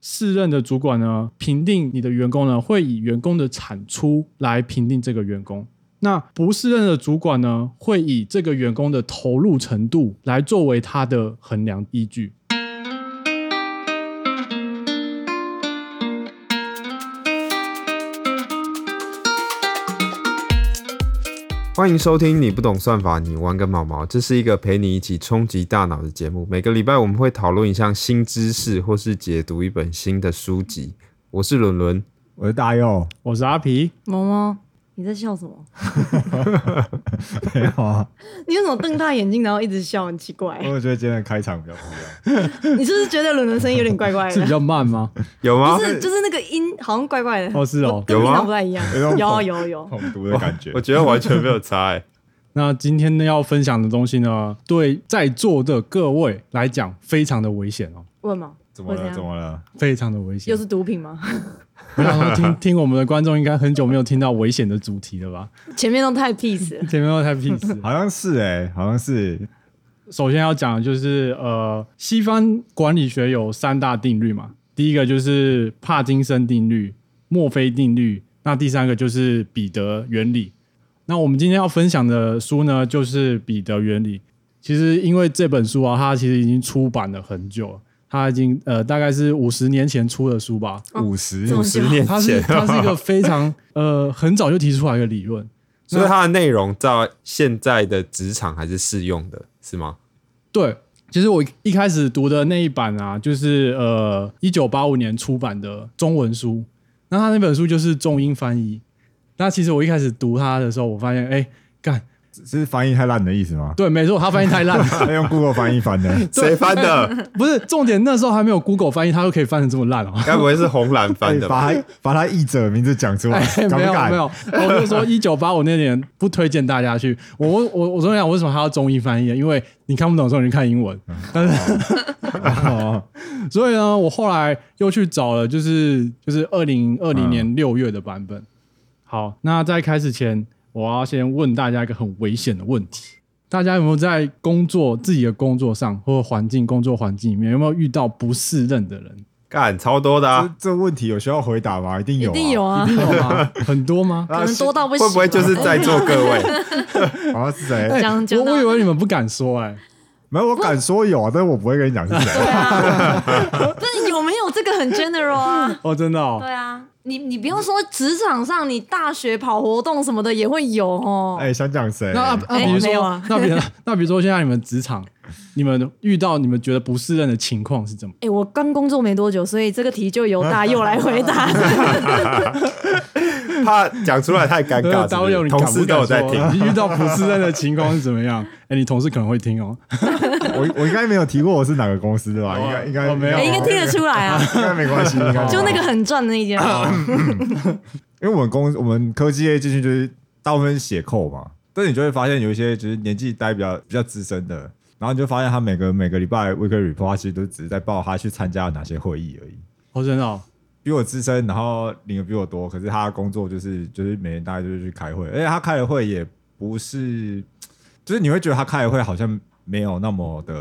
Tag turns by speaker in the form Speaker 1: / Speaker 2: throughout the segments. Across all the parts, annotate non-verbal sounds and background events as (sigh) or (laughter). Speaker 1: 适任的主管呢，评定你的员工呢，会以员工的产出来评定这个员工。那不适任的主管呢，会以这个员工的投入程度来作为他的衡量依据。
Speaker 2: 欢迎收听《你不懂算法，你玩个毛毛》，这是一个陪你一起冲击大脑的节目。每个礼拜我们会讨论一项新知识，或是解读一本新的书籍。我是伦伦，
Speaker 3: 我是大佑，
Speaker 1: 我是阿皮，
Speaker 4: 毛毛，你在笑什么？
Speaker 3: 没有啊，
Speaker 4: 你为什么瞪大眼睛，然后一直笑？很奇怪。
Speaker 3: 我觉得今天的开场比较不一样。
Speaker 4: 你是不是觉得伦伦声音有点怪怪
Speaker 1: 是比
Speaker 4: 的？
Speaker 1: 较慢
Speaker 4: (laughs)
Speaker 1: 吗？
Speaker 2: 有吗
Speaker 4: 不？是，就是那个音好像怪怪的，
Speaker 1: 哦，是哦。
Speaker 4: 跟
Speaker 2: 有
Speaker 4: 平
Speaker 2: 吗
Speaker 4: 常不太一样。
Speaker 3: 有
Speaker 4: 有啊有有，
Speaker 3: 统独的感觉
Speaker 2: (laughs) 我，觉得完全没有差、欸。
Speaker 1: 那今天呢要分享的东西呢，对在座的各位来讲非常的危险哦，
Speaker 4: 问吗？
Speaker 3: 怎么
Speaker 4: 会这
Speaker 3: 了？
Speaker 4: 样
Speaker 3: 怎么了？
Speaker 1: 非常的危
Speaker 4: 又
Speaker 1: 险。
Speaker 4: 是毒品吗？
Speaker 1: 我想说听听我们的观众应该很久没有听到危险的主题了
Speaker 4: (laughs)
Speaker 1: 吧？
Speaker 4: 前面都太 peace 了。
Speaker 1: 前面都太 peace 了。
Speaker 3: 好像是哎、好像是
Speaker 1: 首先要讲的就是呃，西方管理学有三大定律嘛，第一个就是帕金森定律、墨菲定律，那第三个就是彼得原理。那我们今天要分享的书呢，就是彼得原理。其实因为这本书啊，它其实已经出版了很久了，它已经呃大概是五十年前出的书吧。
Speaker 3: 五十、
Speaker 4: 这么
Speaker 2: 十年
Speaker 1: 它是
Speaker 2: 前，啊
Speaker 1: 它是一个非常呃很早就提出来的理论，
Speaker 2: 所以它的内容在现在的职场还是适用的，是吗？
Speaker 1: 对，其实我一开始读的那一版啊，就是呃一九八五年出版的中文书，那他那本书就是中英翻译。那其实我一开始读它的时候，我发现，哎，干，
Speaker 3: 是翻译太烂的意思吗？ (laughs)
Speaker 1: 对，没错，它翻译太烂了，
Speaker 3: 他用 Google 翻译
Speaker 2: (laughs)
Speaker 3: 翻的，
Speaker 2: 谁翻
Speaker 1: (laughs)
Speaker 2: 的？
Speaker 1: 不是重点。那时候还没有 Google 翻译，它就可以翻成这么烂哦。
Speaker 2: 该不会是红蓝翻
Speaker 3: 哎
Speaker 2: 的吧？
Speaker 3: 把他把他译者的名字讲出来，
Speaker 1: 哎，
Speaker 3: (laughs) 敢
Speaker 1: (laughs)
Speaker 3: 不
Speaker 1: 没有
Speaker 3: 敢？
Speaker 1: 没有，我就说一九八五那年不推荐大家去。我我我我昨想为什么还要中英翻译？啊因为你看不懂的时候你就看英文，但是
Speaker 3: 哦
Speaker 1: (laughs) 所以呢，我后来又去找了、就是，就是二零二零年六月的版本。好，那在开始前，我要先问大家一个很危险的问题：大家有没有在工作自己的工作上或者环境工作环境里面有没有遇到不适任的人？
Speaker 2: 干超多的
Speaker 3: 这
Speaker 2: 啊！
Speaker 3: 这问题有需要回答吗？一定
Speaker 4: 一
Speaker 3: 有、啊，
Speaker 4: 定有啊
Speaker 1: 一，定有吗？很多吗？
Speaker 4: 可能多到不行
Speaker 2: 会
Speaker 4: 啊。
Speaker 2: 不会就是在座各 (laughs) 位？
Speaker 3: 好像是谁？
Speaker 1: 哎
Speaker 4: 讲讲
Speaker 1: 我
Speaker 4: 到
Speaker 1: 我以为你们不敢说哎、
Speaker 3: 没有，我敢说有啊，但是我不会跟你
Speaker 1: (laughs)
Speaker 3: 讲是
Speaker 1: 哦
Speaker 3: 谁。
Speaker 4: 对啊，不是有没有这个很
Speaker 1: (laughs)
Speaker 4: general 啊？
Speaker 1: 哦，真的哦
Speaker 4: 对，啊，你你不用说职场上，你大学跑活动什么的也会有哦。
Speaker 3: 哎、想讲
Speaker 1: (laughs)
Speaker 3: 谁？
Speaker 1: 那那那比如
Speaker 4: 没有
Speaker 1: 说
Speaker 4: 啊，
Speaker 1: 那比如 (laughs) 那比如说现在你们职场，你们遇到你们觉得不适任的情况是怎么？
Speaker 4: 哎、我刚工作没多久，所以这个题就由大佑来
Speaker 1: (laughs)
Speaker 4: 回答。
Speaker 1: 啊
Speaker 2: 怕讲出来太尴
Speaker 1: 对 (laughs)
Speaker 2: 尬，
Speaker 1: 呃导
Speaker 2: 是
Speaker 1: 游，
Speaker 2: 不
Speaker 1: 你
Speaker 2: 是
Speaker 1: 敢
Speaker 2: 同
Speaker 1: 不啊
Speaker 2: 事
Speaker 1: 敢
Speaker 2: 都有在
Speaker 1: 说
Speaker 2: 听。
Speaker 1: (laughs) 你遇到不适任的情况是怎么样？ (laughs) 哎，你同事可能会听
Speaker 3: (laughs)
Speaker 1: 哦。
Speaker 3: 我我应该没有提过我是哪个公司的吧？应该应该
Speaker 1: 我没有
Speaker 4: (laughs) 哎应该听得
Speaker 1: (laughs)
Speaker 4: 出来啊，
Speaker 3: 应该没关系，应该
Speaker 4: 就那个很赚的那间。
Speaker 3: 因为我们公我们科技业进去就是大部分是写扣嘛，但是你就会发现有一些就是年纪待比较比较资深的，然后你就发现他每个每个礼拜 weekly report 他其实都只是在报他去参加了哪些会议而已。
Speaker 1: 好真的哦，
Speaker 3: 比我资深，然后领的比我多，可是他的工作就是就是每天大概就是去开会，而且他开的会也不是，就是你会觉得他开的会好像没有那么的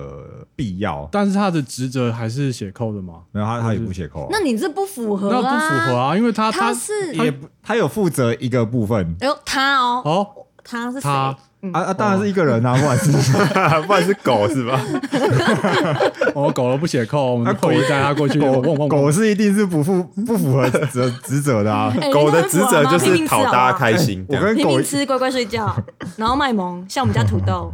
Speaker 3: 必要，
Speaker 1: 但是他的职责还是写扣的嘛，
Speaker 3: 然后他他也不写扣、啊，
Speaker 4: 那你这不符合
Speaker 1: 那
Speaker 4: 啊，
Speaker 1: 不符合啊，因为他
Speaker 4: 他
Speaker 1: 他
Speaker 4: 是
Speaker 3: 也不他有负责一个部分
Speaker 4: 哎呦他哦，
Speaker 1: 哦，
Speaker 4: 他是谁？
Speaker 1: 他
Speaker 4: 嗯
Speaker 3: 啊啊，当然是一个人啊，不然是
Speaker 2: 不然是狗是吧？
Speaker 1: 哦狗都不写扣，我们
Speaker 3: 啊狗
Speaker 1: 会议带他过去，
Speaker 3: 狗
Speaker 1: 汪汪汪
Speaker 3: 狗是一定是不符不符合职职责 (laughs) 的啊。
Speaker 1: (laughs)
Speaker 4: 哎
Speaker 2: 狗的职责就是
Speaker 4: 啊
Speaker 2: 讨大家。开心。
Speaker 3: 哎我
Speaker 2: 这样
Speaker 3: 跟
Speaker 4: 拼
Speaker 3: 狗
Speaker 4: 命吃，乖乖睡觉，然后卖萌，像我们家土
Speaker 1: (laughs)
Speaker 4: 豆。
Speaker 1: 哦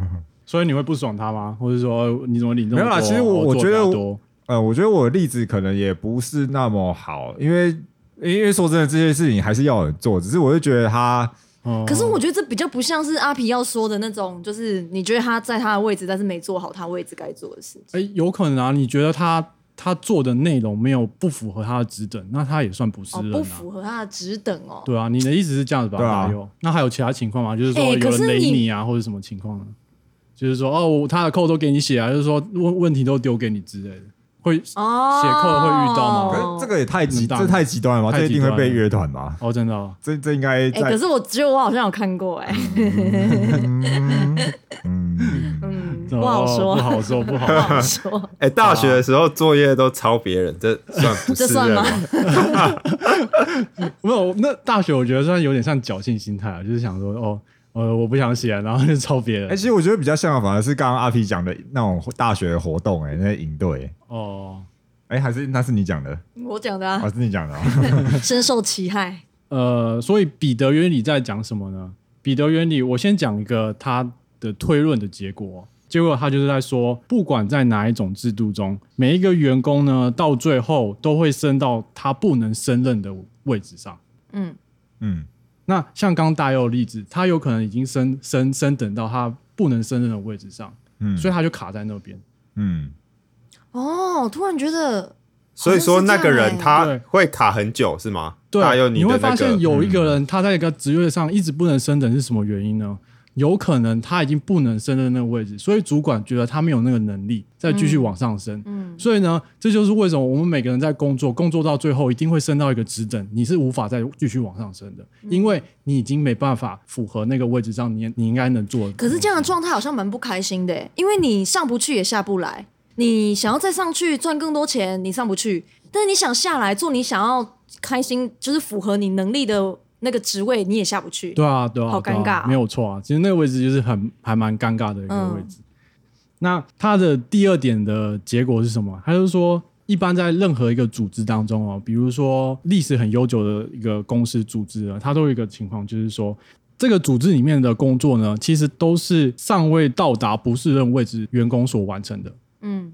Speaker 1: 所以你会不爽他吗？或者说呃你怎么领这么
Speaker 3: 没有啦
Speaker 1: 多哦
Speaker 3: 其实我我
Speaker 1: 做
Speaker 3: 觉
Speaker 1: 比
Speaker 3: 得
Speaker 1: 较
Speaker 3: 我
Speaker 1: 多
Speaker 3: 呃，我觉得我的例子可能也不是那么好，因为因为说真的，这些事情还是要有人做，只是我就觉得他
Speaker 1: 哦
Speaker 4: 可是我觉得这比较不像是阿皮要说的那种，就是你觉得他在他的位置，但是没做好他位置该做的事情。
Speaker 1: 哎，有可能啊，你觉得他他做的内容没有不符合他的职等，那他也算不适
Speaker 4: 哦，
Speaker 1: 任
Speaker 4: 不
Speaker 1: 啊。
Speaker 4: 符合他的职等哦。
Speaker 1: 对啊，你的意思是这样子吧？
Speaker 3: 对啊
Speaker 1: 大佑那还有其他情况吗？就是说
Speaker 4: 哎
Speaker 1: 有
Speaker 4: 可是
Speaker 1: 人雷
Speaker 4: 你
Speaker 1: 你啊，或者什么情况呢？就是说哦，我他的扣都给你写啊，就是说问问题都丢给你之类的，会
Speaker 4: 哦，
Speaker 1: 写扣会遇到吗
Speaker 3: 可
Speaker 1: 哦
Speaker 3: 是这个也太极，
Speaker 1: 嗯当
Speaker 3: 这太极端了吧？
Speaker 1: 太
Speaker 3: 这
Speaker 1: 极
Speaker 3: 一定会被约谈吧？
Speaker 1: 哦，真的、哦，
Speaker 3: 这这应该
Speaker 4: 哎、可
Speaker 3: 在
Speaker 4: 是我只有我好像有看过哎、
Speaker 3: 嗯，
Speaker 4: 嗯，
Speaker 1: 哦
Speaker 4: 不好说 (laughs)
Speaker 1: 不好说，不好
Speaker 4: 不
Speaker 1: 说。
Speaker 4: 好说，
Speaker 2: 哎、
Speaker 3: 啊
Speaker 2: 大学的时候作业都抄别人，这算不
Speaker 4: (laughs) 这
Speaker 2: 是
Speaker 4: 算
Speaker 2: 人
Speaker 4: 吗？
Speaker 1: 没有，那大学我觉得算有点像侥幸心态啊，就是想说哦，呃，我不想写，然后就抄别人。
Speaker 3: 哎、其实我觉得比较像的反而是刚刚阿皮讲的那种大学活动、哎，那些营队、
Speaker 1: 哦，
Speaker 3: 哎、还是那是你讲的，
Speaker 4: 我讲的
Speaker 3: 还、
Speaker 4: 啊，
Speaker 3: 是你讲的、啊？
Speaker 4: 深受其害。
Speaker 1: 呃，所以彼得原理在讲什么呢？彼得原理，我先讲一个他的推论的结果。结果他就是在说，不管在哪一种制度中，每一个员工呢，到最后都会升到他不能胜任的位置上。
Speaker 4: 嗯，
Speaker 3: 嗯，
Speaker 1: 那像刚刚大佑的例子，他有可能已经升升升等到他不能胜任的位置上，
Speaker 3: 嗯
Speaker 1: 所以他就卡在那边。
Speaker 3: 嗯，
Speaker 4: 哦，突然觉得
Speaker 2: 所以说那个
Speaker 4: 好像
Speaker 2: 人
Speaker 4: 是这样欸
Speaker 1: 对
Speaker 2: 他会卡很久是吗？
Speaker 1: 对，
Speaker 2: 大佑
Speaker 1: 你
Speaker 2: 的
Speaker 1: 会
Speaker 2: 那
Speaker 1: 发现
Speaker 2: 个嗯
Speaker 1: 有一个人他在一个职位上一直不能升等是什么原因呢？有可能他已经不能升任那个位置，所以主管觉得他没有那个能力再继续往上升。
Speaker 4: 嗯
Speaker 1: 所以呢，这就是为什么我们每个人在工作，工作到最后一定会升到一个职等，你是无法再继续往上升的，因为你已经没办法符合那个位置上你你应该能做的。
Speaker 4: 可是这样的状态好像蛮不开心的欸，因为你上不去也下不来，你想要再上去赚更多钱，你上不去；但是你想下来做你想要开心，就是符合你能力的那个职位，你也下不去。
Speaker 1: 对啊，对啊，
Speaker 4: 好
Speaker 1: 对啊
Speaker 4: 尴尬哦
Speaker 1: 没有错啊。其实那个位置就是很还蛮尴尬的一
Speaker 4: 嗯
Speaker 1: 个位置。那他的第二点的结果是什么？啊他就说，一般在任何一个组织当中哦，比如说历史很悠久的一个公司组织啊，它都有一个情况，就是说。这个组织里面的工作呢，其实都是尚未到达不适任位置员工所完成的。
Speaker 4: 嗯，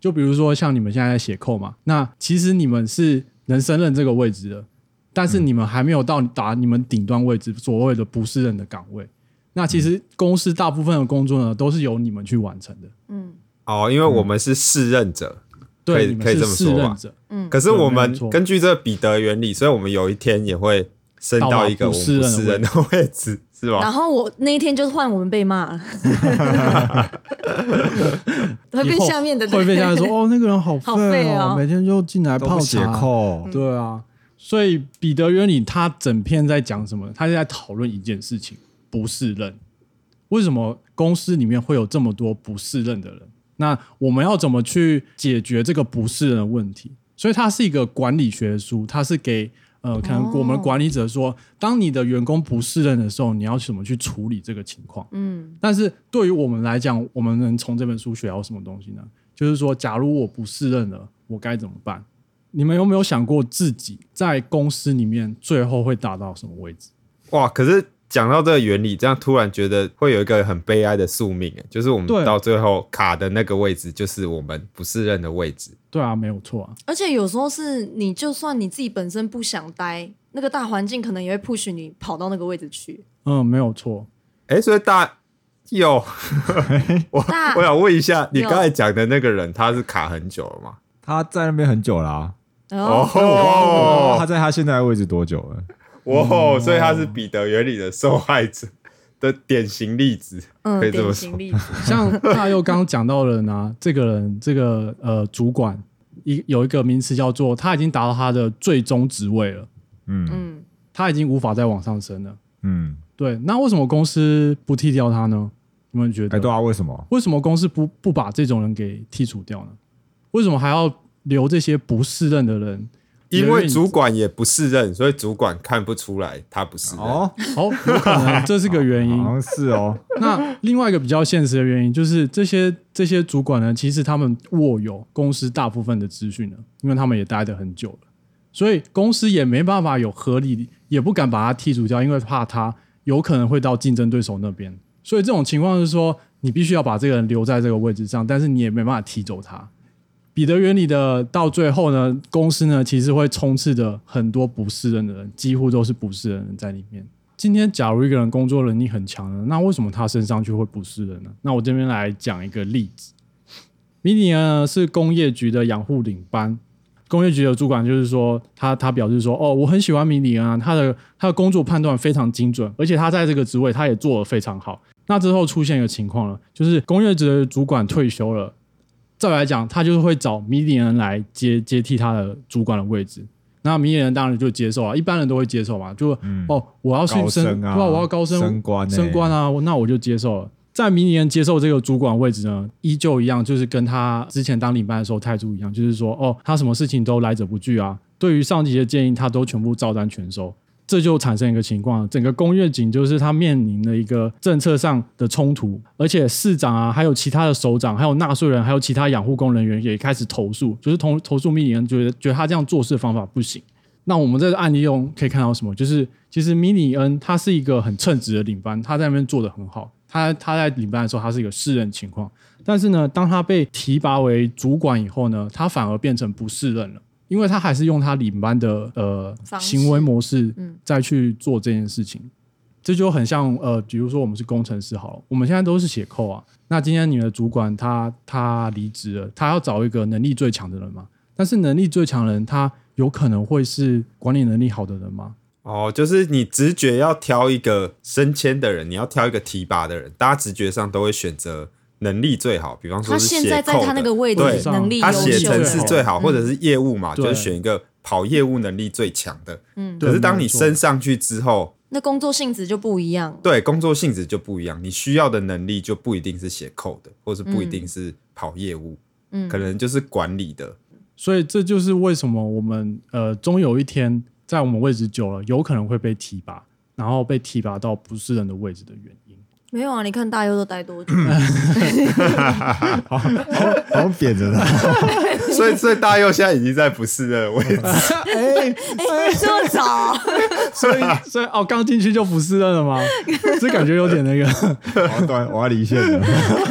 Speaker 1: 就比如说像你们现在在写扣嘛，那其实你们是能胜任这个位置的，但是
Speaker 2: 嗯
Speaker 1: 你们还没有到达你们顶端位置，所谓的不适任的岗位。那其
Speaker 2: 嗯
Speaker 1: 实公司大部分的工作呢，都是由你们去完成的，
Speaker 2: 哦，
Speaker 3: 嗯
Speaker 2: 因为我们是试任者，可
Speaker 1: 对，
Speaker 2: 以
Speaker 1: 你们
Speaker 2: 可以
Speaker 1: 是
Speaker 2: 这么
Speaker 1: 适
Speaker 2: 说吧
Speaker 1: 任者，
Speaker 4: 嗯
Speaker 2: 可是我
Speaker 1: 对没
Speaker 2: 们
Speaker 1: 有错
Speaker 2: 根据这个彼得原理，所以我们有一天也会升
Speaker 1: 到
Speaker 2: 到
Speaker 1: 了
Speaker 2: 一个我
Speaker 1: 不
Speaker 2: 们
Speaker 1: 适
Speaker 2: 不
Speaker 1: 任的
Speaker 2: 适任的位置，是吧？
Speaker 4: 然后我那一天就是换我们被骂
Speaker 2: (laughs)
Speaker 4: 了，会被
Speaker 1: 以后
Speaker 4: 下面的
Speaker 1: 会被下面说哦，那个人好
Speaker 4: 好废哦
Speaker 1: 每天就进来
Speaker 3: 都
Speaker 1: 泡
Speaker 3: 不写
Speaker 1: 茶，
Speaker 4: 嗯
Speaker 3: 扣，
Speaker 1: 对啊。所以彼得原理他整篇在讲什么？他是在讨论一件事情：不适任。为什么公司里面会有这么多不适任的人？那我们要怎么去解决这个不适任的问题？所以它是一个管理学的书，它是给呃，可能我们管理者说，当你的员工不适任的时候，你要怎么去处理这个情况？
Speaker 4: 嗯
Speaker 1: 但是对于我们来讲，我们能从这本书学到什么东西呢？就是说，假如我不适任了，我该怎么办？你们有没有想过自己在公司里面最后会达到什么位置？
Speaker 2: 哇，可是讲到这个原理，这样突然觉得会有一个很悲哀的宿命，就是我们
Speaker 1: 对
Speaker 2: 到最后卡的那个位置，就是我们不适任的位置。
Speaker 1: 对啊，没有错啊，
Speaker 4: 而且有时候是你就算你自己本身不想待，那个大环境可能也会 push 你跑到那个位置去。
Speaker 1: 嗯，没有错。
Speaker 2: 哎、所以大佑，我
Speaker 4: 大
Speaker 2: 我想问一下，你
Speaker 4: 佑
Speaker 2: 刚才讲的那个人，他是卡很久了吗？
Speaker 3: 他在那边很久啦、
Speaker 4: 哦，
Speaker 3: 哦，他
Speaker 2: 哦，
Speaker 3: 在他现在的位置多久了？
Speaker 2: 哦，所以他是彼得原理的受害者的典型例子，
Speaker 4: 嗯
Speaker 2: 可以，这么
Speaker 4: 典
Speaker 2: 说
Speaker 4: 型。例子。
Speaker 1: (laughs) 像大佑刚刚讲到的人啊，这个人这个呃主管一有一个名词叫做他已经达到他的最终职位了，
Speaker 3: 嗯
Speaker 4: 嗯，
Speaker 1: 他已经无法再往上升了。
Speaker 3: 嗯，
Speaker 1: 对，那为什么公司不剃掉他呢？你们觉
Speaker 3: 哎、
Speaker 1: 得？
Speaker 3: 对啊，为什么？
Speaker 1: 为什么公司不不把这种人给剔除掉呢？为什么还要留这些不适任的人？
Speaker 2: 因为主
Speaker 1: 原
Speaker 2: 管也不适任，所以主管看不出来他不适任。
Speaker 3: 哦，
Speaker 1: 因哦，有可能这是个原因
Speaker 3: 好。像是哦，
Speaker 1: (laughs) 那另外一个比较现实的原因就是，这些这些主管呢，其实他们握有公司大部分的资讯了，因为他们也待得很久了，所以公司也没办法有合理，也不敢把他剔除掉，因为怕他有可能会到竞争对手那边。所以这种情况是说，你必须要把这个人留在这个位置上，但是你也没办法踢走他。彼得原理的到最后呢，公司呢其实会充斥着很多不是人的人，几乎都是不是人的人在里面。今天假如一个人工作能力很强呢，那为什么他升上去会不是人呢？那我这边来讲一个例子，米尼呢是工业局的养护领班。工业局的主管就是说，他他表示说，哦，我很喜欢米里啊，他的他的工作判断非常精准，而且他在这个职位他也做得非常好。那之后出现一个情况了，就是工业局的主管退休了，再来讲，他就是会找米里人来接接替他的主管的位置。那米里人当然就接受啊，一般人都会接受嘛，就、
Speaker 3: 嗯
Speaker 1: 哦，我要去
Speaker 3: 高
Speaker 1: 升
Speaker 3: 升啊
Speaker 1: 对啊，我要高升
Speaker 3: 升官欸
Speaker 1: 升官啊，我那我就接受了。在明年接受这个主管位置呢，依旧一样，就是跟他之前当领班的时候态度一样，就是说，哦，他什么事情都来者不拒啊，对于上级的建议，他都全部照单全收。这就产生一个情况，整个工业警就是它面临了一个政策上的冲突，而且市长啊，还有其他的首长，还有纳税人，还有其他养护工人员也开始投诉，就是投投诉米林觉得觉得他这样做事的方法不行。那我们在这案例中可以看到什么？就是其实米里恩他是一个很称职的领班，他在那边做的很好。他他在领班的时候，他是一个适任情况，但是呢，当他被提拔为主管以后呢，他反而变成不适任了，因为他还是用他领班的呃
Speaker 4: 方式
Speaker 1: 行为模式
Speaker 4: 嗯
Speaker 1: 再去做这件事情。这就很像呃，比如说我们是工程师好了，我们现在都是写扣啊。那今天你的主管他他离职了，他要找一个能力最强的人嘛？但是能力最强的人，他有可能会是管理能力好的人吗？
Speaker 2: 哦，就是你直觉要挑一个升迁的人，你要挑一个提拔的人，大家直觉上都会选择能力最好，比方说
Speaker 4: 他
Speaker 2: 是
Speaker 4: 现
Speaker 2: 写
Speaker 4: 在在
Speaker 2: 扣
Speaker 4: 他那
Speaker 2: 的
Speaker 4: 个位置
Speaker 2: 对
Speaker 4: 能力
Speaker 2: 他
Speaker 4: 优
Speaker 2: 写
Speaker 4: 秀的
Speaker 2: 程式
Speaker 4: 人，嗯
Speaker 2: 最好，或者是业务嘛，
Speaker 1: 对
Speaker 2: 就是选一个跑业务能力最强的。
Speaker 4: 嗯，
Speaker 2: 可是当
Speaker 1: 没
Speaker 2: 你
Speaker 1: 错
Speaker 2: 升上去之后，
Speaker 4: 那工作性质就不一样。
Speaker 2: 对工作性质就不一样，你需要的能力就不一定是写扣的，或是不一定是跑业务，
Speaker 4: 嗯
Speaker 2: 可能就是管理的。
Speaker 1: 所以这就是为什么我们呃，终有一天在我们位置久了，有可能会被提拔，然后被提拔到不是人的位置的原因。
Speaker 4: 没有啊，你看大优都待
Speaker 2: (laughs)
Speaker 4: 多久？
Speaker 3: 好像
Speaker 1: (laughs)
Speaker 3: 扁着他，
Speaker 2: 所以，所以大佑现在已经在不是的位置，
Speaker 4: 这么早？
Speaker 1: (laughs) 所以，所以哦，刚进去就不是人了吗？这感觉有点那个，
Speaker 3: 好短，我要离线了。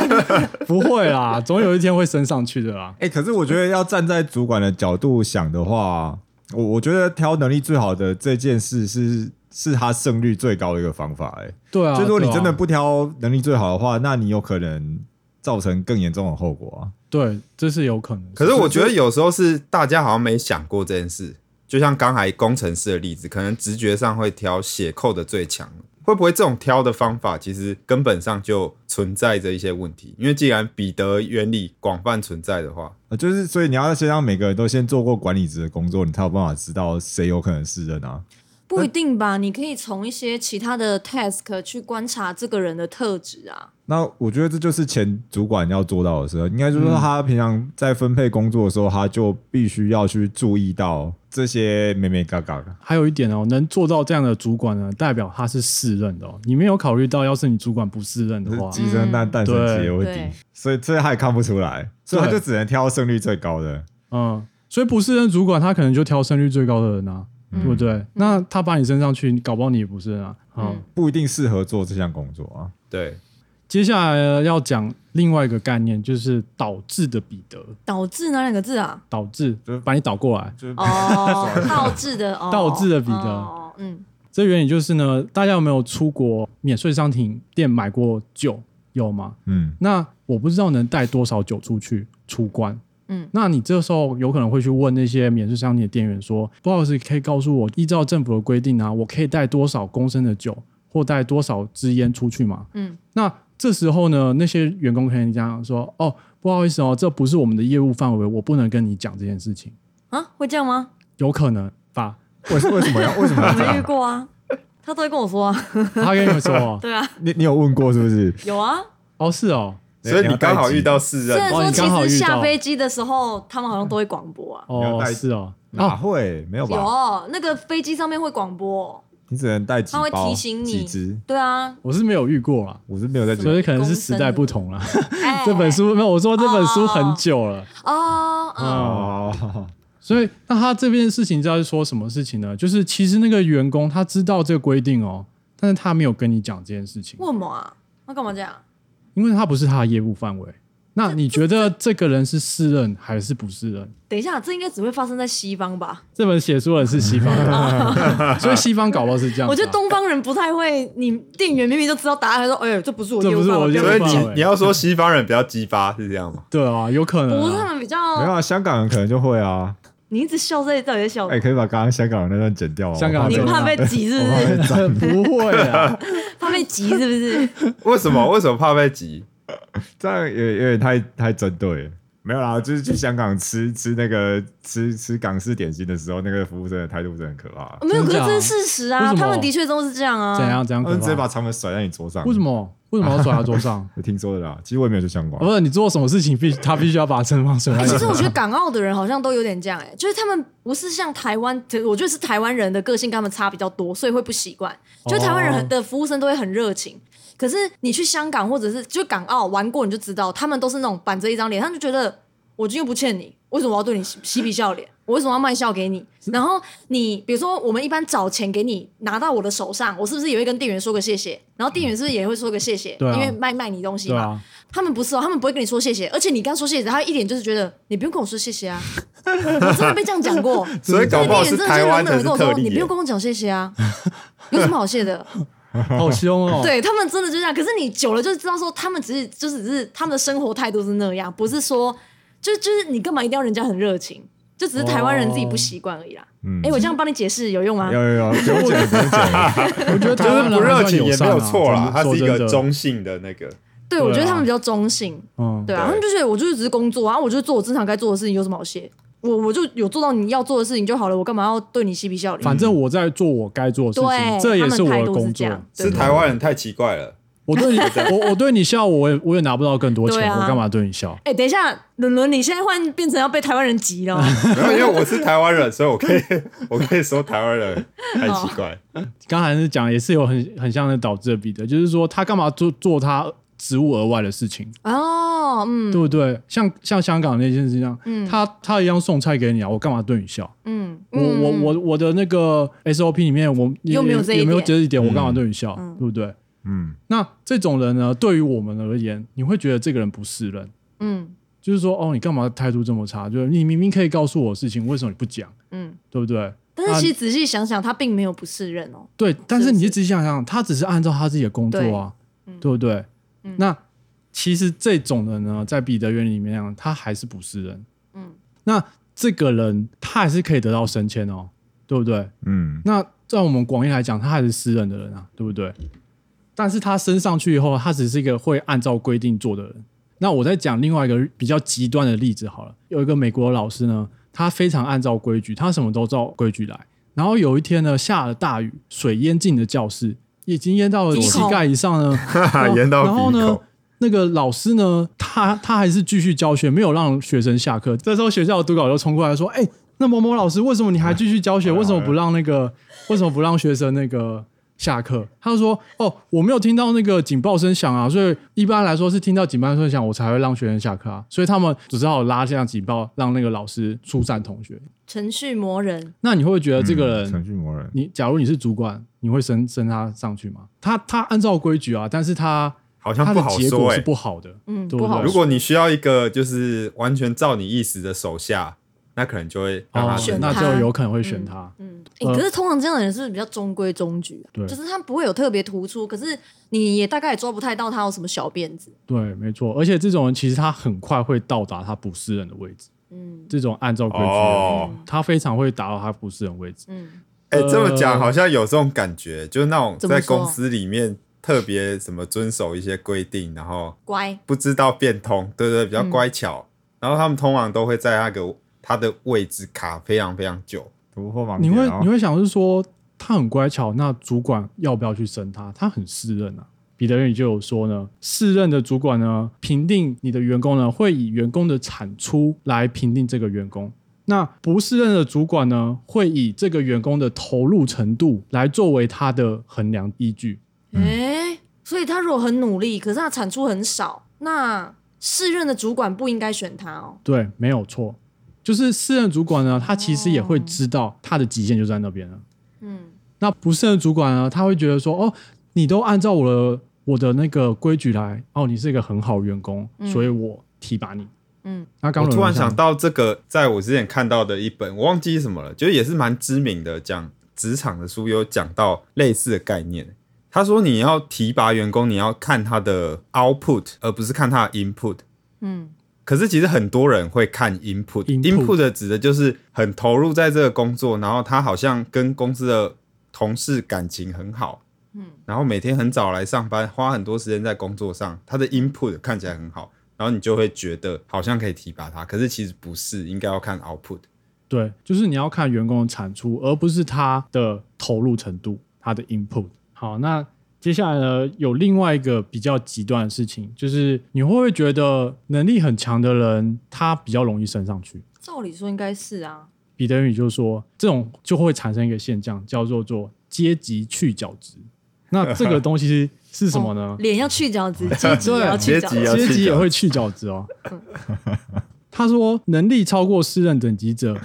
Speaker 1: (laughs) 不会啦，总有一天会升上去的啦。
Speaker 3: 哎、可是我觉得要站在主管的角度想的话，我我觉得挑能力最好的这件事是是他胜率最高的一个方法、欸。
Speaker 1: 对啊，
Speaker 3: 哎、就如果你
Speaker 1: 对啊
Speaker 3: 真的不挑能力最好的话，那你有可能造成更严重的后果啊。
Speaker 1: 对，这是有可能。
Speaker 2: 可是我觉得有时候是大家好像没想过这件事，就像刚才工程师的例子，可能直觉上会挑写扣的最强，会不会这种挑的方法其实根本上就存在着一些问题？因为既然彼得原理广泛存在的话，
Speaker 3: 呃，就是所以你要先让每个人都先做过管理职的工作，你才有办法知道谁有可能是人啊。
Speaker 4: 不一定吧？你可以从一些其他的 task 去观察这个人的特质啊。
Speaker 3: 那我觉得这就是前主管要做到的事，应该就是说他平常在分配工作的时候，他就必须要去注意到这些美美嘎嘎的。
Speaker 1: 还有一点哦，能做到这样的主管呢，代表他是适任的哦。你没有考虑到，要是你主管不适任的
Speaker 3: 就是
Speaker 1: 话，
Speaker 3: 鸡生蛋，蛋生鸡的问题
Speaker 4: 对，
Speaker 3: 所以这他也看不出来，所以他
Speaker 1: 对
Speaker 3: 就只能挑胜率最高的。
Speaker 1: 嗯，所以不适任主管他可能就挑胜率最高的人啊，
Speaker 4: 嗯
Speaker 1: 对不对？那他把你升上去，搞不好你也不是人啊。好，
Speaker 2: 哦
Speaker 4: 嗯
Speaker 3: 不一定适合做这项工作啊。
Speaker 2: 对，
Speaker 1: 接下来要讲另外一个概念，就是导致的彼得，
Speaker 4: 导致哪两个字啊？
Speaker 1: 导致就是把你导过来。
Speaker 3: 就是
Speaker 4: (laughs) 哦，倒置的哦，
Speaker 1: 倒置的彼得
Speaker 4: 哦，嗯，
Speaker 1: 这原理就是呢，大家有没有出国免税商品店买过酒？有吗？
Speaker 3: 嗯，
Speaker 1: 那我不知道能带多少酒出去出关。
Speaker 4: 嗯
Speaker 1: 那你这时候有可能会去问那些免税商店的店员说：“不好意思，可以告诉我，依照政府的规定啊，我可以带多少公升的酒或带多少支烟出去吗？”
Speaker 4: 嗯，
Speaker 1: 那这时候呢，那些员工可能讲说：“哦，不好意思哦，这不是我们的业务范围，我不能跟你讲这件事情。
Speaker 4: 啊，会这样 (laughs) 吗？”
Speaker 1: 有可能吧？
Speaker 3: 为什为什么要为什么 (laughs)
Speaker 4: 我
Speaker 3: 要这
Speaker 4: 没遇
Speaker 3: 样？
Speaker 4: 过啊，他都会跟我说啊，
Speaker 1: 他跟你们说哦
Speaker 4: 对啊，
Speaker 3: 你你有问过是不是？
Speaker 4: (laughs) 有
Speaker 1: (laughs)
Speaker 4: 啊。
Speaker 1: 哦，是哦，
Speaker 2: 所以你刚好遇到适
Speaker 4: 虽
Speaker 2: 任，啊
Speaker 4: 然
Speaker 1: 哦
Speaker 4: 说
Speaker 1: 你刚好
Speaker 4: 其
Speaker 1: 遇
Speaker 4: 实
Speaker 1: 到
Speaker 4: 下飞机的时候，他们好像都会广播啊，
Speaker 3: 你要
Speaker 1: 哦
Speaker 3: 带，
Speaker 1: 是哦，
Speaker 3: 哪
Speaker 1: 啊，
Speaker 3: 会没有吧？
Speaker 4: 有那个飞机上面会广播，
Speaker 3: 你只能带几包，
Speaker 4: 他会提醒你
Speaker 3: 几只。
Speaker 4: 对啊，
Speaker 1: 我是没有遇过啦，
Speaker 3: 我是没有在
Speaker 1: 所
Speaker 3: 追，
Speaker 1: 以可能是时代不同啦。(laughs) (laughs)
Speaker 4: 哎
Speaker 1: 这本书没有，我说这本书很久了。
Speaker 4: 哦，嗯，
Speaker 3: 哦，
Speaker 1: 所以，那他这边的事情在说什么事情呢？就是其实那个员工他知道这个规定哦，但是他没有跟你讲这件事情
Speaker 4: 为，什么啊？他干嘛这样？
Speaker 1: 因为他不是他的业务范围。那你觉得这个人是适任还是不适任？
Speaker 4: 等一下，这应该只会发生在西方吧？
Speaker 1: 这本写书人是西方
Speaker 4: (laughs)
Speaker 1: 人，所以西方搞不好是这样子啊。
Speaker 4: 我觉得东方人不太会，你店员明明就知道答案，他说：“哎、这不是我
Speaker 1: 这
Speaker 4: 业
Speaker 1: 不
Speaker 4: 务
Speaker 1: 是
Speaker 4: 范围
Speaker 1: 我
Speaker 4: 不要
Speaker 1: 业务
Speaker 2: 所以
Speaker 1: 范
Speaker 2: 你
Speaker 1: 围
Speaker 2: 你要说西方人比较激发是这样吗？
Speaker 1: 对啊，有可能
Speaker 4: 不是
Speaker 1: 啊、
Speaker 4: 他们比
Speaker 3: 没有
Speaker 4: 较……
Speaker 3: 啊，香港人可能就会啊。
Speaker 4: 你一直笑这里到底在笑什
Speaker 3: 哎、
Speaker 4: 么？
Speaker 3: 可以把刚刚香港人那段剪掉吗？哦
Speaker 1: 香港
Speaker 4: 你
Speaker 1: 人
Speaker 4: 怕被挤是不
Speaker 3: 我怕
Speaker 4: 是？
Speaker 3: 被
Speaker 1: 这 (laughs) 不会啊，
Speaker 4: 怕被挤是
Speaker 1: (laughs)
Speaker 4: 不是？
Speaker 2: 为什么？为什么怕被挤？
Speaker 3: 这样也有点太太针对了。没有啦，就是去香港吃吃那个吃吃港式点心的时候，那个服务生的态度真的很可怕，
Speaker 4: 没有，
Speaker 1: 真
Speaker 4: 可是
Speaker 1: 假
Speaker 4: 这是事实
Speaker 1: 为什
Speaker 4: 啊，
Speaker 1: 么
Speaker 4: 他们的确都是这样啊。
Speaker 1: 怎样怎样
Speaker 3: 他
Speaker 1: 可
Speaker 3: 们直接
Speaker 1: 怕？
Speaker 3: 把肠粉甩在你桌上。
Speaker 1: 为什？么？为什么要甩在桌 (laughs) 上？哦
Speaker 3: 我听说的啦，其实我也没有这相关
Speaker 1: 不。是你做什么事情必须他必须要把正方甩在
Speaker 4: 哎，
Speaker 1: 桌
Speaker 4: 其
Speaker 1: 上
Speaker 4: 实我觉得港澳的人好像都有点这样、哎，就是他们不是像台湾，我觉得是台湾人的个性跟他们差比较多，所以会不习惯。
Speaker 1: 哦
Speaker 4: 就是台湾人很的服务生都会很热情，可是你去香港或者是就港澳玩过你就知道，他们都是那种板着一张脸，他们就觉得我今天又不欠你，为什么我要对你嬉嬉皮笑脸？我为什么要卖笑给你？
Speaker 1: 嗯
Speaker 4: 然后你比如说，我们一般找钱给你拿到我的手上，我是不是也会跟店员说个谢谢？然后店员是不是也会说个谢谢？
Speaker 1: 对啊
Speaker 4: 因为卖卖你东西
Speaker 1: 对
Speaker 4: 嘛。
Speaker 1: 啊，
Speaker 4: 他们不是哦，他们不会跟你说谢谢，而且你刚说谢谢，他一脸就是觉得你不用跟我说谢谢啊， (laughs) 我真的被这样讲过，
Speaker 2: (laughs) 所以搞不好是
Speaker 4: 所以那脸真的
Speaker 2: 台湾的是
Speaker 4: 冷冷地跟我
Speaker 2: 特
Speaker 4: 说
Speaker 2: 例
Speaker 4: 你不
Speaker 2: 耶
Speaker 4: 用。跟我讲谢谢啊， (laughs) 有什么好谢的？
Speaker 1: 好凶哦。
Speaker 4: 对他们真的就这样，可是你久了就知道说他们只是就只是他们的生活态度是那样，不是说就就是你干嘛一定要人家很热情，就只是台湾人自己不习惯而已啦。
Speaker 3: 嗯
Speaker 4: 哎，我这样帮你解释有用吗
Speaker 3: 有？有有，不用剪，不用剪。
Speaker 1: 我觉得台
Speaker 2: 就是
Speaker 1: 湾人
Speaker 2: 不热情也
Speaker 1: 还
Speaker 2: 没
Speaker 1: 算友
Speaker 2: 有
Speaker 1: 善啊
Speaker 2: 错啦，它是一
Speaker 1: 说真
Speaker 2: 个
Speaker 1: 的
Speaker 2: 中性的那个。
Speaker 4: 对，我觉得
Speaker 2: 啊
Speaker 4: 他们比较中性。
Speaker 1: 嗯，
Speaker 4: 对啊，
Speaker 2: 对
Speaker 4: 他们就觉得我就是只是工作啊，我就做我正常该做的事情，有什么好谢？我我就有做到你要做的事情就好了，我干嘛要对你嬉皮笑脸？
Speaker 1: 反正我在做我该做的事情，
Speaker 4: 对，
Speaker 1: 这也
Speaker 4: 他
Speaker 1: 是
Speaker 4: 们
Speaker 1: 我
Speaker 4: 态
Speaker 1: 的
Speaker 4: 度
Speaker 1: 工
Speaker 4: 这
Speaker 1: 作。
Speaker 4: 样，
Speaker 2: 是台湾人太奇怪了，
Speaker 1: 我对
Speaker 2: (laughs)
Speaker 1: 你，我我对你笑，我也我也拿不到更多
Speaker 4: 对
Speaker 1: 钱，
Speaker 4: 啊
Speaker 1: 我干嘛对你笑？
Speaker 4: 哎、等一下，伦伦，你现在换变成要被台湾人急了，
Speaker 2: 没有，因为我是台湾人，所以我可以我可以说台湾人太奇怪。
Speaker 1: 刚才是讲也是有很很像的导致的彼得，就是说他干嘛做做他职务额外的事情， (laughs)
Speaker 4: 哦，嗯
Speaker 1: 对不对？像像香港那件事情一样，
Speaker 4: 嗯
Speaker 1: 他他一样送菜给你啊，我干嘛对你笑？
Speaker 4: 嗯，
Speaker 1: 我我
Speaker 4: 嗯，
Speaker 1: 我我的那个 SOP 里面，我
Speaker 4: 又没有这一
Speaker 1: 也没有
Speaker 4: 点
Speaker 1: 这一点，我干嘛对你笑
Speaker 4: 嗯？
Speaker 1: 对不对？
Speaker 3: 嗯，
Speaker 1: 那这种人呢，对于我们而言，你会觉得这个人不是人，
Speaker 4: 嗯
Speaker 1: 就是说哦，你干嘛态度这么差？就是你明明可以告诉我事情，为什么你不讲？
Speaker 4: 嗯，
Speaker 1: 对不对？
Speaker 4: 但是其实仔细想想，他并没有不适任哦，
Speaker 1: 对，但是
Speaker 4: 是
Speaker 1: 你就仔细想想，他只是按照他自己的工作啊，
Speaker 4: 对嗯
Speaker 1: 对不对？那其实这种人呢，在彼得原理里面讲，他还是不是人。
Speaker 4: 嗯，
Speaker 1: 那这个人他还是可以得到升迁哦，对不啊对？
Speaker 3: 嗯，
Speaker 1: 那在我们广义来讲，他还是私人的人啊，对不对？但是他升上去以后，他只是一个会按照规定做的人。那我再讲另外一个比较极端的例子好了，有一个美国的老师呢，他非常按照规矩，他什么都照规矩来。然后有一天呢，下了大雨，水淹进了教室，已经淹到了
Speaker 4: 鼻
Speaker 1: 膝
Speaker 4: 孔
Speaker 1: 盖以上呢，
Speaker 2: (laughs) 哈，
Speaker 1: 然
Speaker 2: 演
Speaker 1: 啊
Speaker 2: 到
Speaker 1: 哦然后
Speaker 2: 鼻
Speaker 1: 呢
Speaker 2: 孔，，
Speaker 1: 那个老师呢，他他还是继续教学，没有让学生下课。这时候学校的督导就冲过来说：“哎、那某某老师，为什么你还继续
Speaker 2: 啊
Speaker 1: 教学？为什么不让那个为什么不让学生那个下课？”他就说：“哦，我没有听到那个警报声响啊，所以一般来说是听到警报声响，我才会让学生下课啊。所以他们只好拉这样警报，让那个老师疏散同学。
Speaker 4: 程序魔人，
Speaker 1: 那你会不会觉得这
Speaker 2: 嗯
Speaker 1: 个人、
Speaker 3: 嗯程序魔人，
Speaker 1: 你假如你是主管，你会升升他上去吗？他他按照规矩啊，但是他
Speaker 2: 好像
Speaker 1: 他
Speaker 2: 不
Speaker 1: 的
Speaker 2: 好
Speaker 1: 结
Speaker 2: 说
Speaker 1: 果是
Speaker 2: 哎。
Speaker 1: 不好的，
Speaker 4: 嗯，
Speaker 1: 对
Speaker 4: 不好
Speaker 1: 对
Speaker 2: 如
Speaker 4: 说，
Speaker 2: 果你需要一个就是完全照你意思的手下，那可能就会让他
Speaker 1: 哦
Speaker 4: 选，
Speaker 1: 那
Speaker 4: 他
Speaker 1: 就有可能会选他。
Speaker 4: 嗯，欸
Speaker 1: 呃
Speaker 4: 可是通常这样的人是不是比较中规中矩啊？
Speaker 1: 对
Speaker 4: 就是他不会有特别突出，可是你也大概也抓不太到他有什么小辫子，
Speaker 1: 对，没错。而且这种人其实他很快会到达他不是人的位置，
Speaker 4: 嗯
Speaker 1: 这种按照规矩的人，
Speaker 2: 哦。
Speaker 1: 他非常会达到他不是人位置。
Speaker 4: 嗯，
Speaker 2: 哎、这么讲
Speaker 1: 呃
Speaker 2: 好像有这种感觉，就是那种
Speaker 4: 怎么
Speaker 2: 在
Speaker 4: 说
Speaker 2: 公司里面特别什么遵守一些规定，然后
Speaker 4: 乖，
Speaker 2: 不知道变通，对对，比较乖巧。然后他们通常都会在那个他的位置卡非常非常久。
Speaker 3: 突破盲
Speaker 1: 你
Speaker 3: 点
Speaker 1: 会
Speaker 3: 啊
Speaker 1: 你会想是说他很乖巧，那主管要不要去升他？他很适任啊。彼得原理就有说呢，适任的主管呢评定你的员工呢，会以员工的产出来评定这个员工。那不适任的主管呢，会以这个员工的投入程度来作为他的衡量依据。
Speaker 4: 哎、所以他如果很努力，可是他产出很少，那适任的主管不应该选他哦。
Speaker 1: 对，没有错，就是适任主管呢，他其实也会知道他的极限就在那边了。
Speaker 4: 嗯，
Speaker 1: 那不胜的主管呢，他会觉得说，哦，你都按照我的我的那个规矩来，哦，你是一个很好员工，所以我提拔你。
Speaker 4: 嗯，
Speaker 1: 那刚
Speaker 2: 我
Speaker 1: 刚
Speaker 2: 突然想，到这个，在我之前看到的一本，我忘记什么了，就是也是蛮知名的，讲职场的书有讲到类似的概念。他说你要提拔员工，你要看他的 output，而不是看他的 input。
Speaker 4: 嗯，
Speaker 2: 可是其实很多人会看 input，input
Speaker 1: Input
Speaker 2: 的指的就是很投入在这个工作，然后他好像跟公司的同事感情很好，嗯，然后每天很早来上班，花很多时间在工作上，他的 input 看起来很好，然后你就会觉得好像可以提拔他，可是其实不是，应该要看 output。
Speaker 1: 对，就是你要看员工的产出，而不是他的投入程度，他的 input。好，那接下来呢，有另外一个比较极端的事情，就是你会不会觉得能力很强的人，他比较容易升上去？
Speaker 4: 照理说应该是啊，
Speaker 1: 彼得宇就说，这种就会产生一个现象，叫做做阶级去角质。那这个东西是什么呢？
Speaker 4: 哦脸要去角 (laughs) 质，阶级也要去
Speaker 2: 阶
Speaker 4: 角
Speaker 2: 级要
Speaker 4: 质，
Speaker 1: 阶级也会去角质哦。
Speaker 4: 嗯
Speaker 1: (laughs) 他说，能力超过适任等级者，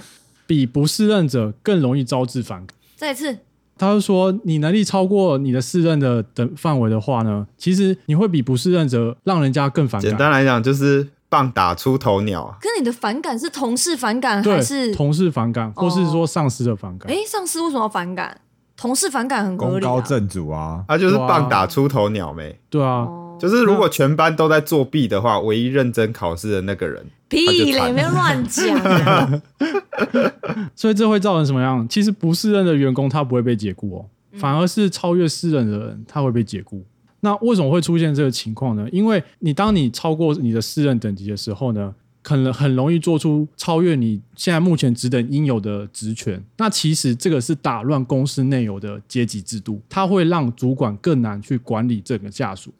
Speaker 1: 比不适任者更容易招致反感。
Speaker 4: 再一次
Speaker 1: 他就说，你能力超过你的适任的等范围的话呢，其实你会比不适任者让人家更反
Speaker 2: 简
Speaker 1: 感。
Speaker 2: 单来讲，就是棒打出头鸟啊。
Speaker 4: 可是你的反感是同事反感还
Speaker 1: 对，
Speaker 4: 是？哦
Speaker 1: 同事反感，或是说上司的反感。
Speaker 4: 哎，上司为什么要反感？同事反感很合
Speaker 3: 功
Speaker 4: 理
Speaker 3: 高
Speaker 4: 啊。
Speaker 3: 震主啊，
Speaker 2: 他就是
Speaker 1: 哇
Speaker 2: 棒打出头鸟没，
Speaker 1: 对啊，
Speaker 4: 哦
Speaker 2: 就是如果全班都在作弊的话，唯一认真考试的那个人，
Speaker 4: 屁
Speaker 2: 他就
Speaker 4: 嘞，
Speaker 2: 惨
Speaker 4: 不要乱讲
Speaker 1: (laughs)
Speaker 4: 啊。
Speaker 1: 所以这会造成什么样？其实不适任的员工他不会被解雇哦，反而是超越适任的人他会被解雇。那为什么会出现这个情况呢？因为你当你超过你的适任等级的时候呢，可能很容易做出超越你现在目前职等应有的职权。那其实这个是打乱公司内有的阶级制度，它会让主管更难去管理这个下属，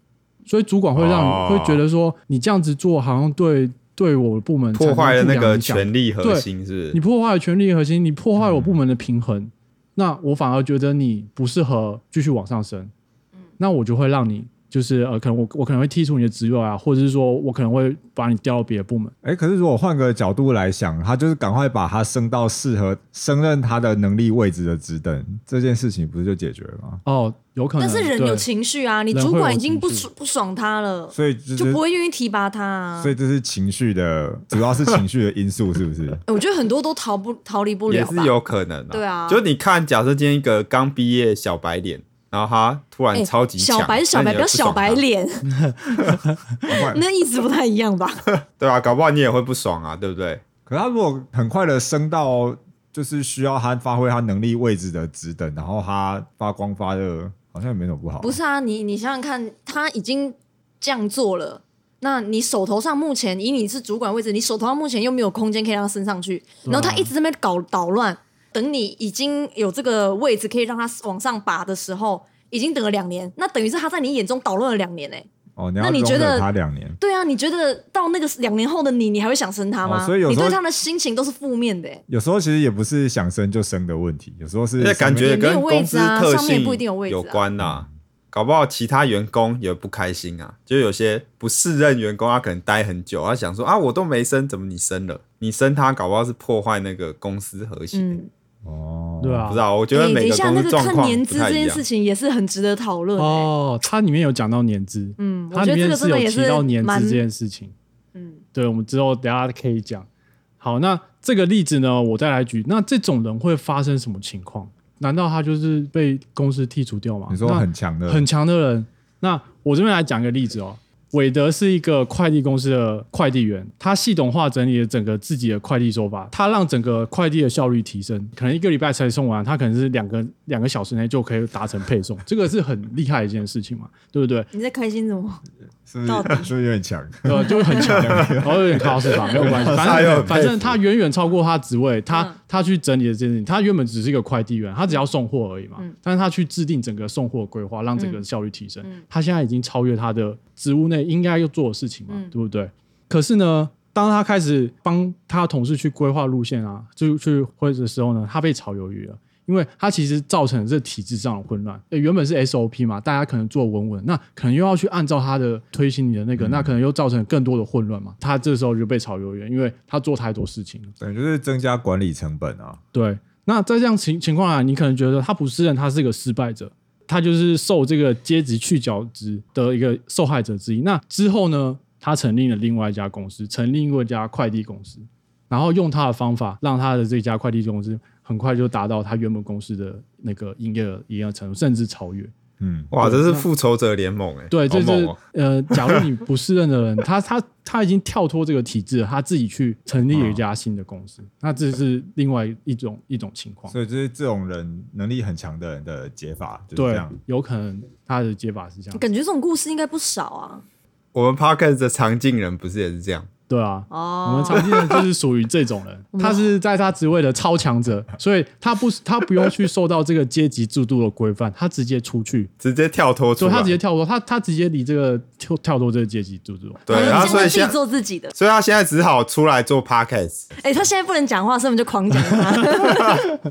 Speaker 1: 所以主管会让你、
Speaker 2: 哦
Speaker 1: 会觉得说你这样子做好像对对我部门
Speaker 2: 破坏
Speaker 1: 产
Speaker 2: 了
Speaker 1: 生
Speaker 2: 那
Speaker 1: 不良
Speaker 2: 个
Speaker 1: 影响
Speaker 2: 权力核
Speaker 1: 对
Speaker 2: 心，是不
Speaker 1: 你
Speaker 2: 是？
Speaker 1: 破坏了权力核心，你破坏了我部门的平衡，那我反而觉得你不适合继续往上升。
Speaker 4: 嗯
Speaker 1: 那我就会让你就是呃，可能我我可能会剔除你的职位啊，或者是说我可能会把你调到别的部门。
Speaker 3: 哎，可是如果换个角度来想，他就是赶快把他升到适合升任他的能力位置的职等，这件事情不是就解决了吗？
Speaker 1: 哦，有可能。
Speaker 4: 但是人有
Speaker 1: 对
Speaker 4: 情绪啊，你
Speaker 1: 人
Speaker 4: 主
Speaker 1: 会
Speaker 4: 管
Speaker 1: 有
Speaker 4: 已经
Speaker 1: 情
Speaker 4: 不
Speaker 1: 绪
Speaker 4: 爽不爽他了，
Speaker 3: 所以就
Speaker 4: 就是不会愿意提拔他啊
Speaker 3: 所。以这是情绪的，主要是情绪的因素，是不
Speaker 4: (laughs)
Speaker 3: 是？
Speaker 4: 哎我觉得很多都逃不逃离不
Speaker 2: 也
Speaker 4: 了
Speaker 2: 是
Speaker 4: 吧。
Speaker 2: 有可能啊。
Speaker 4: 对啊
Speaker 2: 就你看，假设今天一个刚毕业小白脸，然后他突然
Speaker 4: 哎
Speaker 2: 超级强，
Speaker 4: 小白是小白，
Speaker 2: 那
Speaker 4: 不
Speaker 2: 你
Speaker 4: 要
Speaker 2: 也
Speaker 4: 小
Speaker 2: 爽他啊
Speaker 4: 白，
Speaker 3: (laughs)
Speaker 4: 脸，
Speaker 3: 快
Speaker 4: 那意思不太一样吧？
Speaker 2: 对啊，搞不好你也会不爽啊，对不对？
Speaker 3: 可他如果很快的升到就是需要他发挥他能力位置的职等，然后他发光发热，好像也没什么不好。
Speaker 4: (laughs) 不是啊，你你想想看，他已经这样做了，那你手头上目前以你是主管位置，你手头上目前又没有空间可以让他升上去，然后他一直在那边搞捣乱，等你已经有这个位置可以让他往上拔的时候，已经等了两年，那等于是他在你眼中捣乱了两年哎、
Speaker 3: 哦，你要
Speaker 4: 那你觉
Speaker 3: 容
Speaker 4: 得
Speaker 3: 忍他两年，
Speaker 4: 对啊，你觉得到那个两年后的你，你还会想升他吗？
Speaker 3: 哦所以有
Speaker 4: 你
Speaker 3: 时候
Speaker 4: 对他的心情都是负面的、欸。
Speaker 3: 有时候其实也不是想升就升的问题，有时候是
Speaker 2: 而且感觉
Speaker 4: 也没有
Speaker 2: 跟
Speaker 4: 位
Speaker 2: 公司
Speaker 4: 置啊
Speaker 2: 特
Speaker 4: 上面
Speaker 2: 性
Speaker 4: 也不一定有位置啊
Speaker 2: 关呐、搞不好其他员工也不开心啊。就有些不适任员工，他可能待很久，他想说啊，我都没升，怎么你升了？你升他，搞不好是破坏那个公司和谐。
Speaker 4: 嗯，
Speaker 3: 哦，
Speaker 1: 对啊
Speaker 2: 不知道，我觉得
Speaker 4: 哎等
Speaker 2: 每
Speaker 4: 一
Speaker 2: 个
Speaker 4: 下
Speaker 2: 公
Speaker 4: 那
Speaker 2: 司
Speaker 4: 个
Speaker 2: 状
Speaker 4: 看
Speaker 2: 况
Speaker 4: 年
Speaker 2: 不
Speaker 4: 资
Speaker 2: 太
Speaker 4: 这
Speaker 2: 一
Speaker 4: 件
Speaker 2: 样
Speaker 4: 事。情也是很值得讨论、欸。
Speaker 1: 哦，它里面有讲到年资，
Speaker 4: 嗯，我
Speaker 1: 它
Speaker 4: 觉
Speaker 1: 里
Speaker 4: 得这
Speaker 1: 面
Speaker 4: 个真的
Speaker 1: 有
Speaker 4: 也
Speaker 1: 提到年
Speaker 4: 蛮
Speaker 1: 资这件事情。
Speaker 4: 嗯，
Speaker 1: 对，我们之后等一下可以讲。好，那这个例子呢，我再来举。那这种人会发生什么情况？难道他就是被公司剔除掉吗？
Speaker 3: 你说
Speaker 1: 那
Speaker 3: 很强的，
Speaker 1: 很强的人。那我这边来讲一个例子哦，韦德是一个快递公司的快递员，他系统化整理了整个自己的快递手法，他让整个快递的效率提升，可能一个礼拜才送完，他可能是两个两个小时内就可以达成配送，这个是很厉害的一件事情嘛，对不对？
Speaker 4: 你在开心什么？
Speaker 3: 是不
Speaker 4: 到
Speaker 3: 是？是不是有点强？
Speaker 1: 呃，就很强，然后有点靠是吧？没有关系，反正反正他远远超过他职位，他、
Speaker 4: 嗯
Speaker 1: 他去整理的这件事情，他原本只是一个快递员，他只要送货而已嘛，
Speaker 4: 嗯
Speaker 1: 但是他去制定整个送货规划，让整个效率提升，
Speaker 4: 嗯
Speaker 1: 他现在已经超越他的职务内应该要做的事情嘛，
Speaker 4: 嗯
Speaker 1: 对不对？可是呢，当他开始帮他同事去规划路线啊，就去或者时候呢，他被炒鱿鱼了。因为它其实造成了这体制上的混乱。呃原本是 SOP 嘛，大家可能做稳稳，那可能又要去按照它的推行你的那个，那可能又造成更多的混乱嘛。他这时候就被炒鱿鱼，因为他做太多事情了。
Speaker 3: 等于就是增加管理成本啊。
Speaker 1: 对，那在这样情情况下，你可能觉得他不是人，他是个失败者，他就是受这个阶级去角质的一个受害者之一。那之后呢，他成立了另外一家公司，成立另外一家快递公司，然后用他的方法，让他的这家快递公司很快就达到他原本公司的那个营业额一样程度，甚至超越。
Speaker 3: 嗯，
Speaker 2: 哇，这是复仇者联盟哎、
Speaker 1: 对，
Speaker 2: 好
Speaker 1: 这
Speaker 2: 猛
Speaker 1: 是、
Speaker 2: 哦
Speaker 1: 呃，假如你不适任的人， (laughs) 他他他已经跳脱这个体制了，他自己去成立了一家新的公司，那这是另外一种一种情况。
Speaker 3: 所以就是这种人能力很强的人的解法就是这
Speaker 1: 对
Speaker 3: 样。，
Speaker 1: 有可能他的解法是这样。
Speaker 4: 感觉这种故事应该不少啊。
Speaker 2: 我们 podcast 的常进人不是也是这样？
Speaker 1: 对啊，
Speaker 4: 哦，
Speaker 1: 我们常见的就是属于这种人，他是在他职位的超强 (laughs) 者，所以他不他不用去受到这个阶级制度的规范，他直接出去，
Speaker 2: 直接跳脱出
Speaker 1: 所以
Speaker 2: 来，
Speaker 1: 他直接跳脱，他他直接离这个跳跳脱这个阶级制度。
Speaker 2: 对，
Speaker 4: 他
Speaker 2: 然后
Speaker 4: 现
Speaker 2: 所
Speaker 4: 在
Speaker 2: 以
Speaker 4: 自
Speaker 2: 现
Speaker 4: 己
Speaker 2: 在
Speaker 4: 做自己的。
Speaker 2: 所以他现在只好出来做 podcast，
Speaker 4: 哎、他现在不能讲话，所以我们就狂讲
Speaker 1: (laughs)
Speaker 4: 他。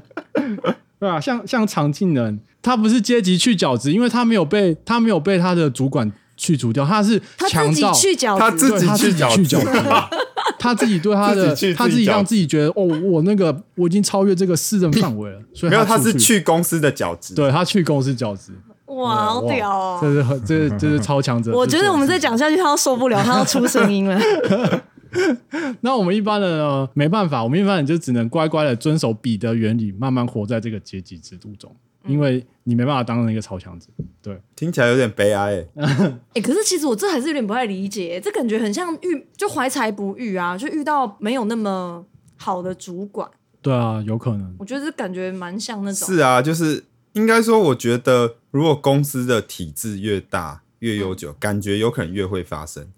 Speaker 1: 对啊，像像常庆人，他不是阶级去角质，因为他没有被他没有被他的主管去除掉，他是
Speaker 4: 他
Speaker 1: 强
Speaker 4: 自己
Speaker 1: 盗，
Speaker 4: 去角
Speaker 2: 他
Speaker 4: 质，
Speaker 2: 自
Speaker 1: 对
Speaker 2: 己
Speaker 1: 他
Speaker 2: 去
Speaker 1: 自己
Speaker 2: 角
Speaker 1: 去
Speaker 2: 质
Speaker 1: 角质， (laughs) 他自己对他的
Speaker 2: 自己去
Speaker 1: 他
Speaker 2: 自己
Speaker 1: 自己让
Speaker 2: 角质
Speaker 1: 自己觉得哦，我那个我已经超越这个私人范围了，
Speaker 2: (laughs)
Speaker 1: 所以
Speaker 2: 没有，他
Speaker 1: 他出
Speaker 2: 是去公司的角质，
Speaker 1: 对他去公司角质。
Speaker 4: 哇，好屌
Speaker 1: 这
Speaker 4: 哦！
Speaker 1: 是很这是这是超强者。
Speaker 4: (laughs) 我觉得我们再讲下去，他要受不了，他要出声
Speaker 1: (laughs)
Speaker 4: 音了。
Speaker 1: 那我们一般人呢，没办法，我们一般人就只能乖乖的遵守彼得原理，慢慢活在这个阶级制度中，
Speaker 4: 嗯
Speaker 1: 因为你没办法当成一个超强者。对，
Speaker 2: 听起来有点悲哀欸。
Speaker 4: 哎、可是其实我这还是有点不太理解，这感觉很像遇就怀才不遇啊，就遇到没有那么好的主管，
Speaker 1: 对啊，有可能。
Speaker 4: 我觉得这感觉蛮像那种。
Speaker 2: 是啊，就是应该说，我觉得如果公司的体制越大越悠久，感觉有可能越会发生。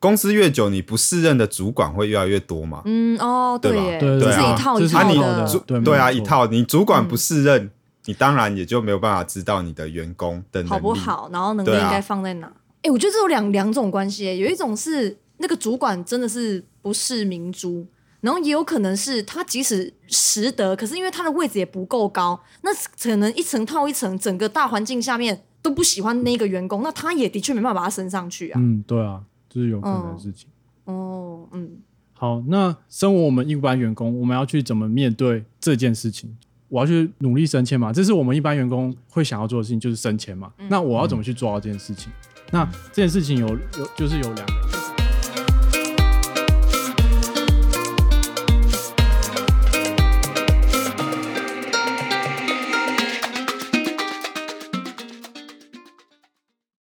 Speaker 2: 公司越久，你不适任的主管会越来越多嘛？
Speaker 4: 嗯，哦，
Speaker 2: 对吧
Speaker 4: 耶，
Speaker 1: 对
Speaker 4: 这
Speaker 2: 对
Speaker 4: 是
Speaker 2: 啊
Speaker 4: 一套
Speaker 1: 这
Speaker 4: 一
Speaker 1: 是
Speaker 4: 套
Speaker 2: 一套
Speaker 4: 的
Speaker 1: 的。
Speaker 2: 主
Speaker 1: 对
Speaker 2: 对啊，
Speaker 1: 没有错
Speaker 2: 一
Speaker 1: 嗯
Speaker 2: 套你主管不适任，你当然也就没有办法知道你的员工的能力
Speaker 4: 好不。好，然后能力
Speaker 2: 对啊
Speaker 4: 应该放在哪？哎、我觉得这有两两种关系耶，有一种是那个主管真的是不是明珠，然后也有可能是他即使识得，可是因为他的位置也不够高，那可能一层套一层，整个大环境下面都不喜欢那个员工，那他也的确没办法把他升上去啊。
Speaker 1: 嗯，对啊，这是有可能的事情。
Speaker 4: 哦，嗯，
Speaker 1: 好，那身为我们一般员工，我们要去怎么面对这件事情？我要去努力升迁嘛，这是我们一般员工会想要做的事情，就是升迁嘛。那我要怎么去做到这件事情？那这件事情有有就是有两个。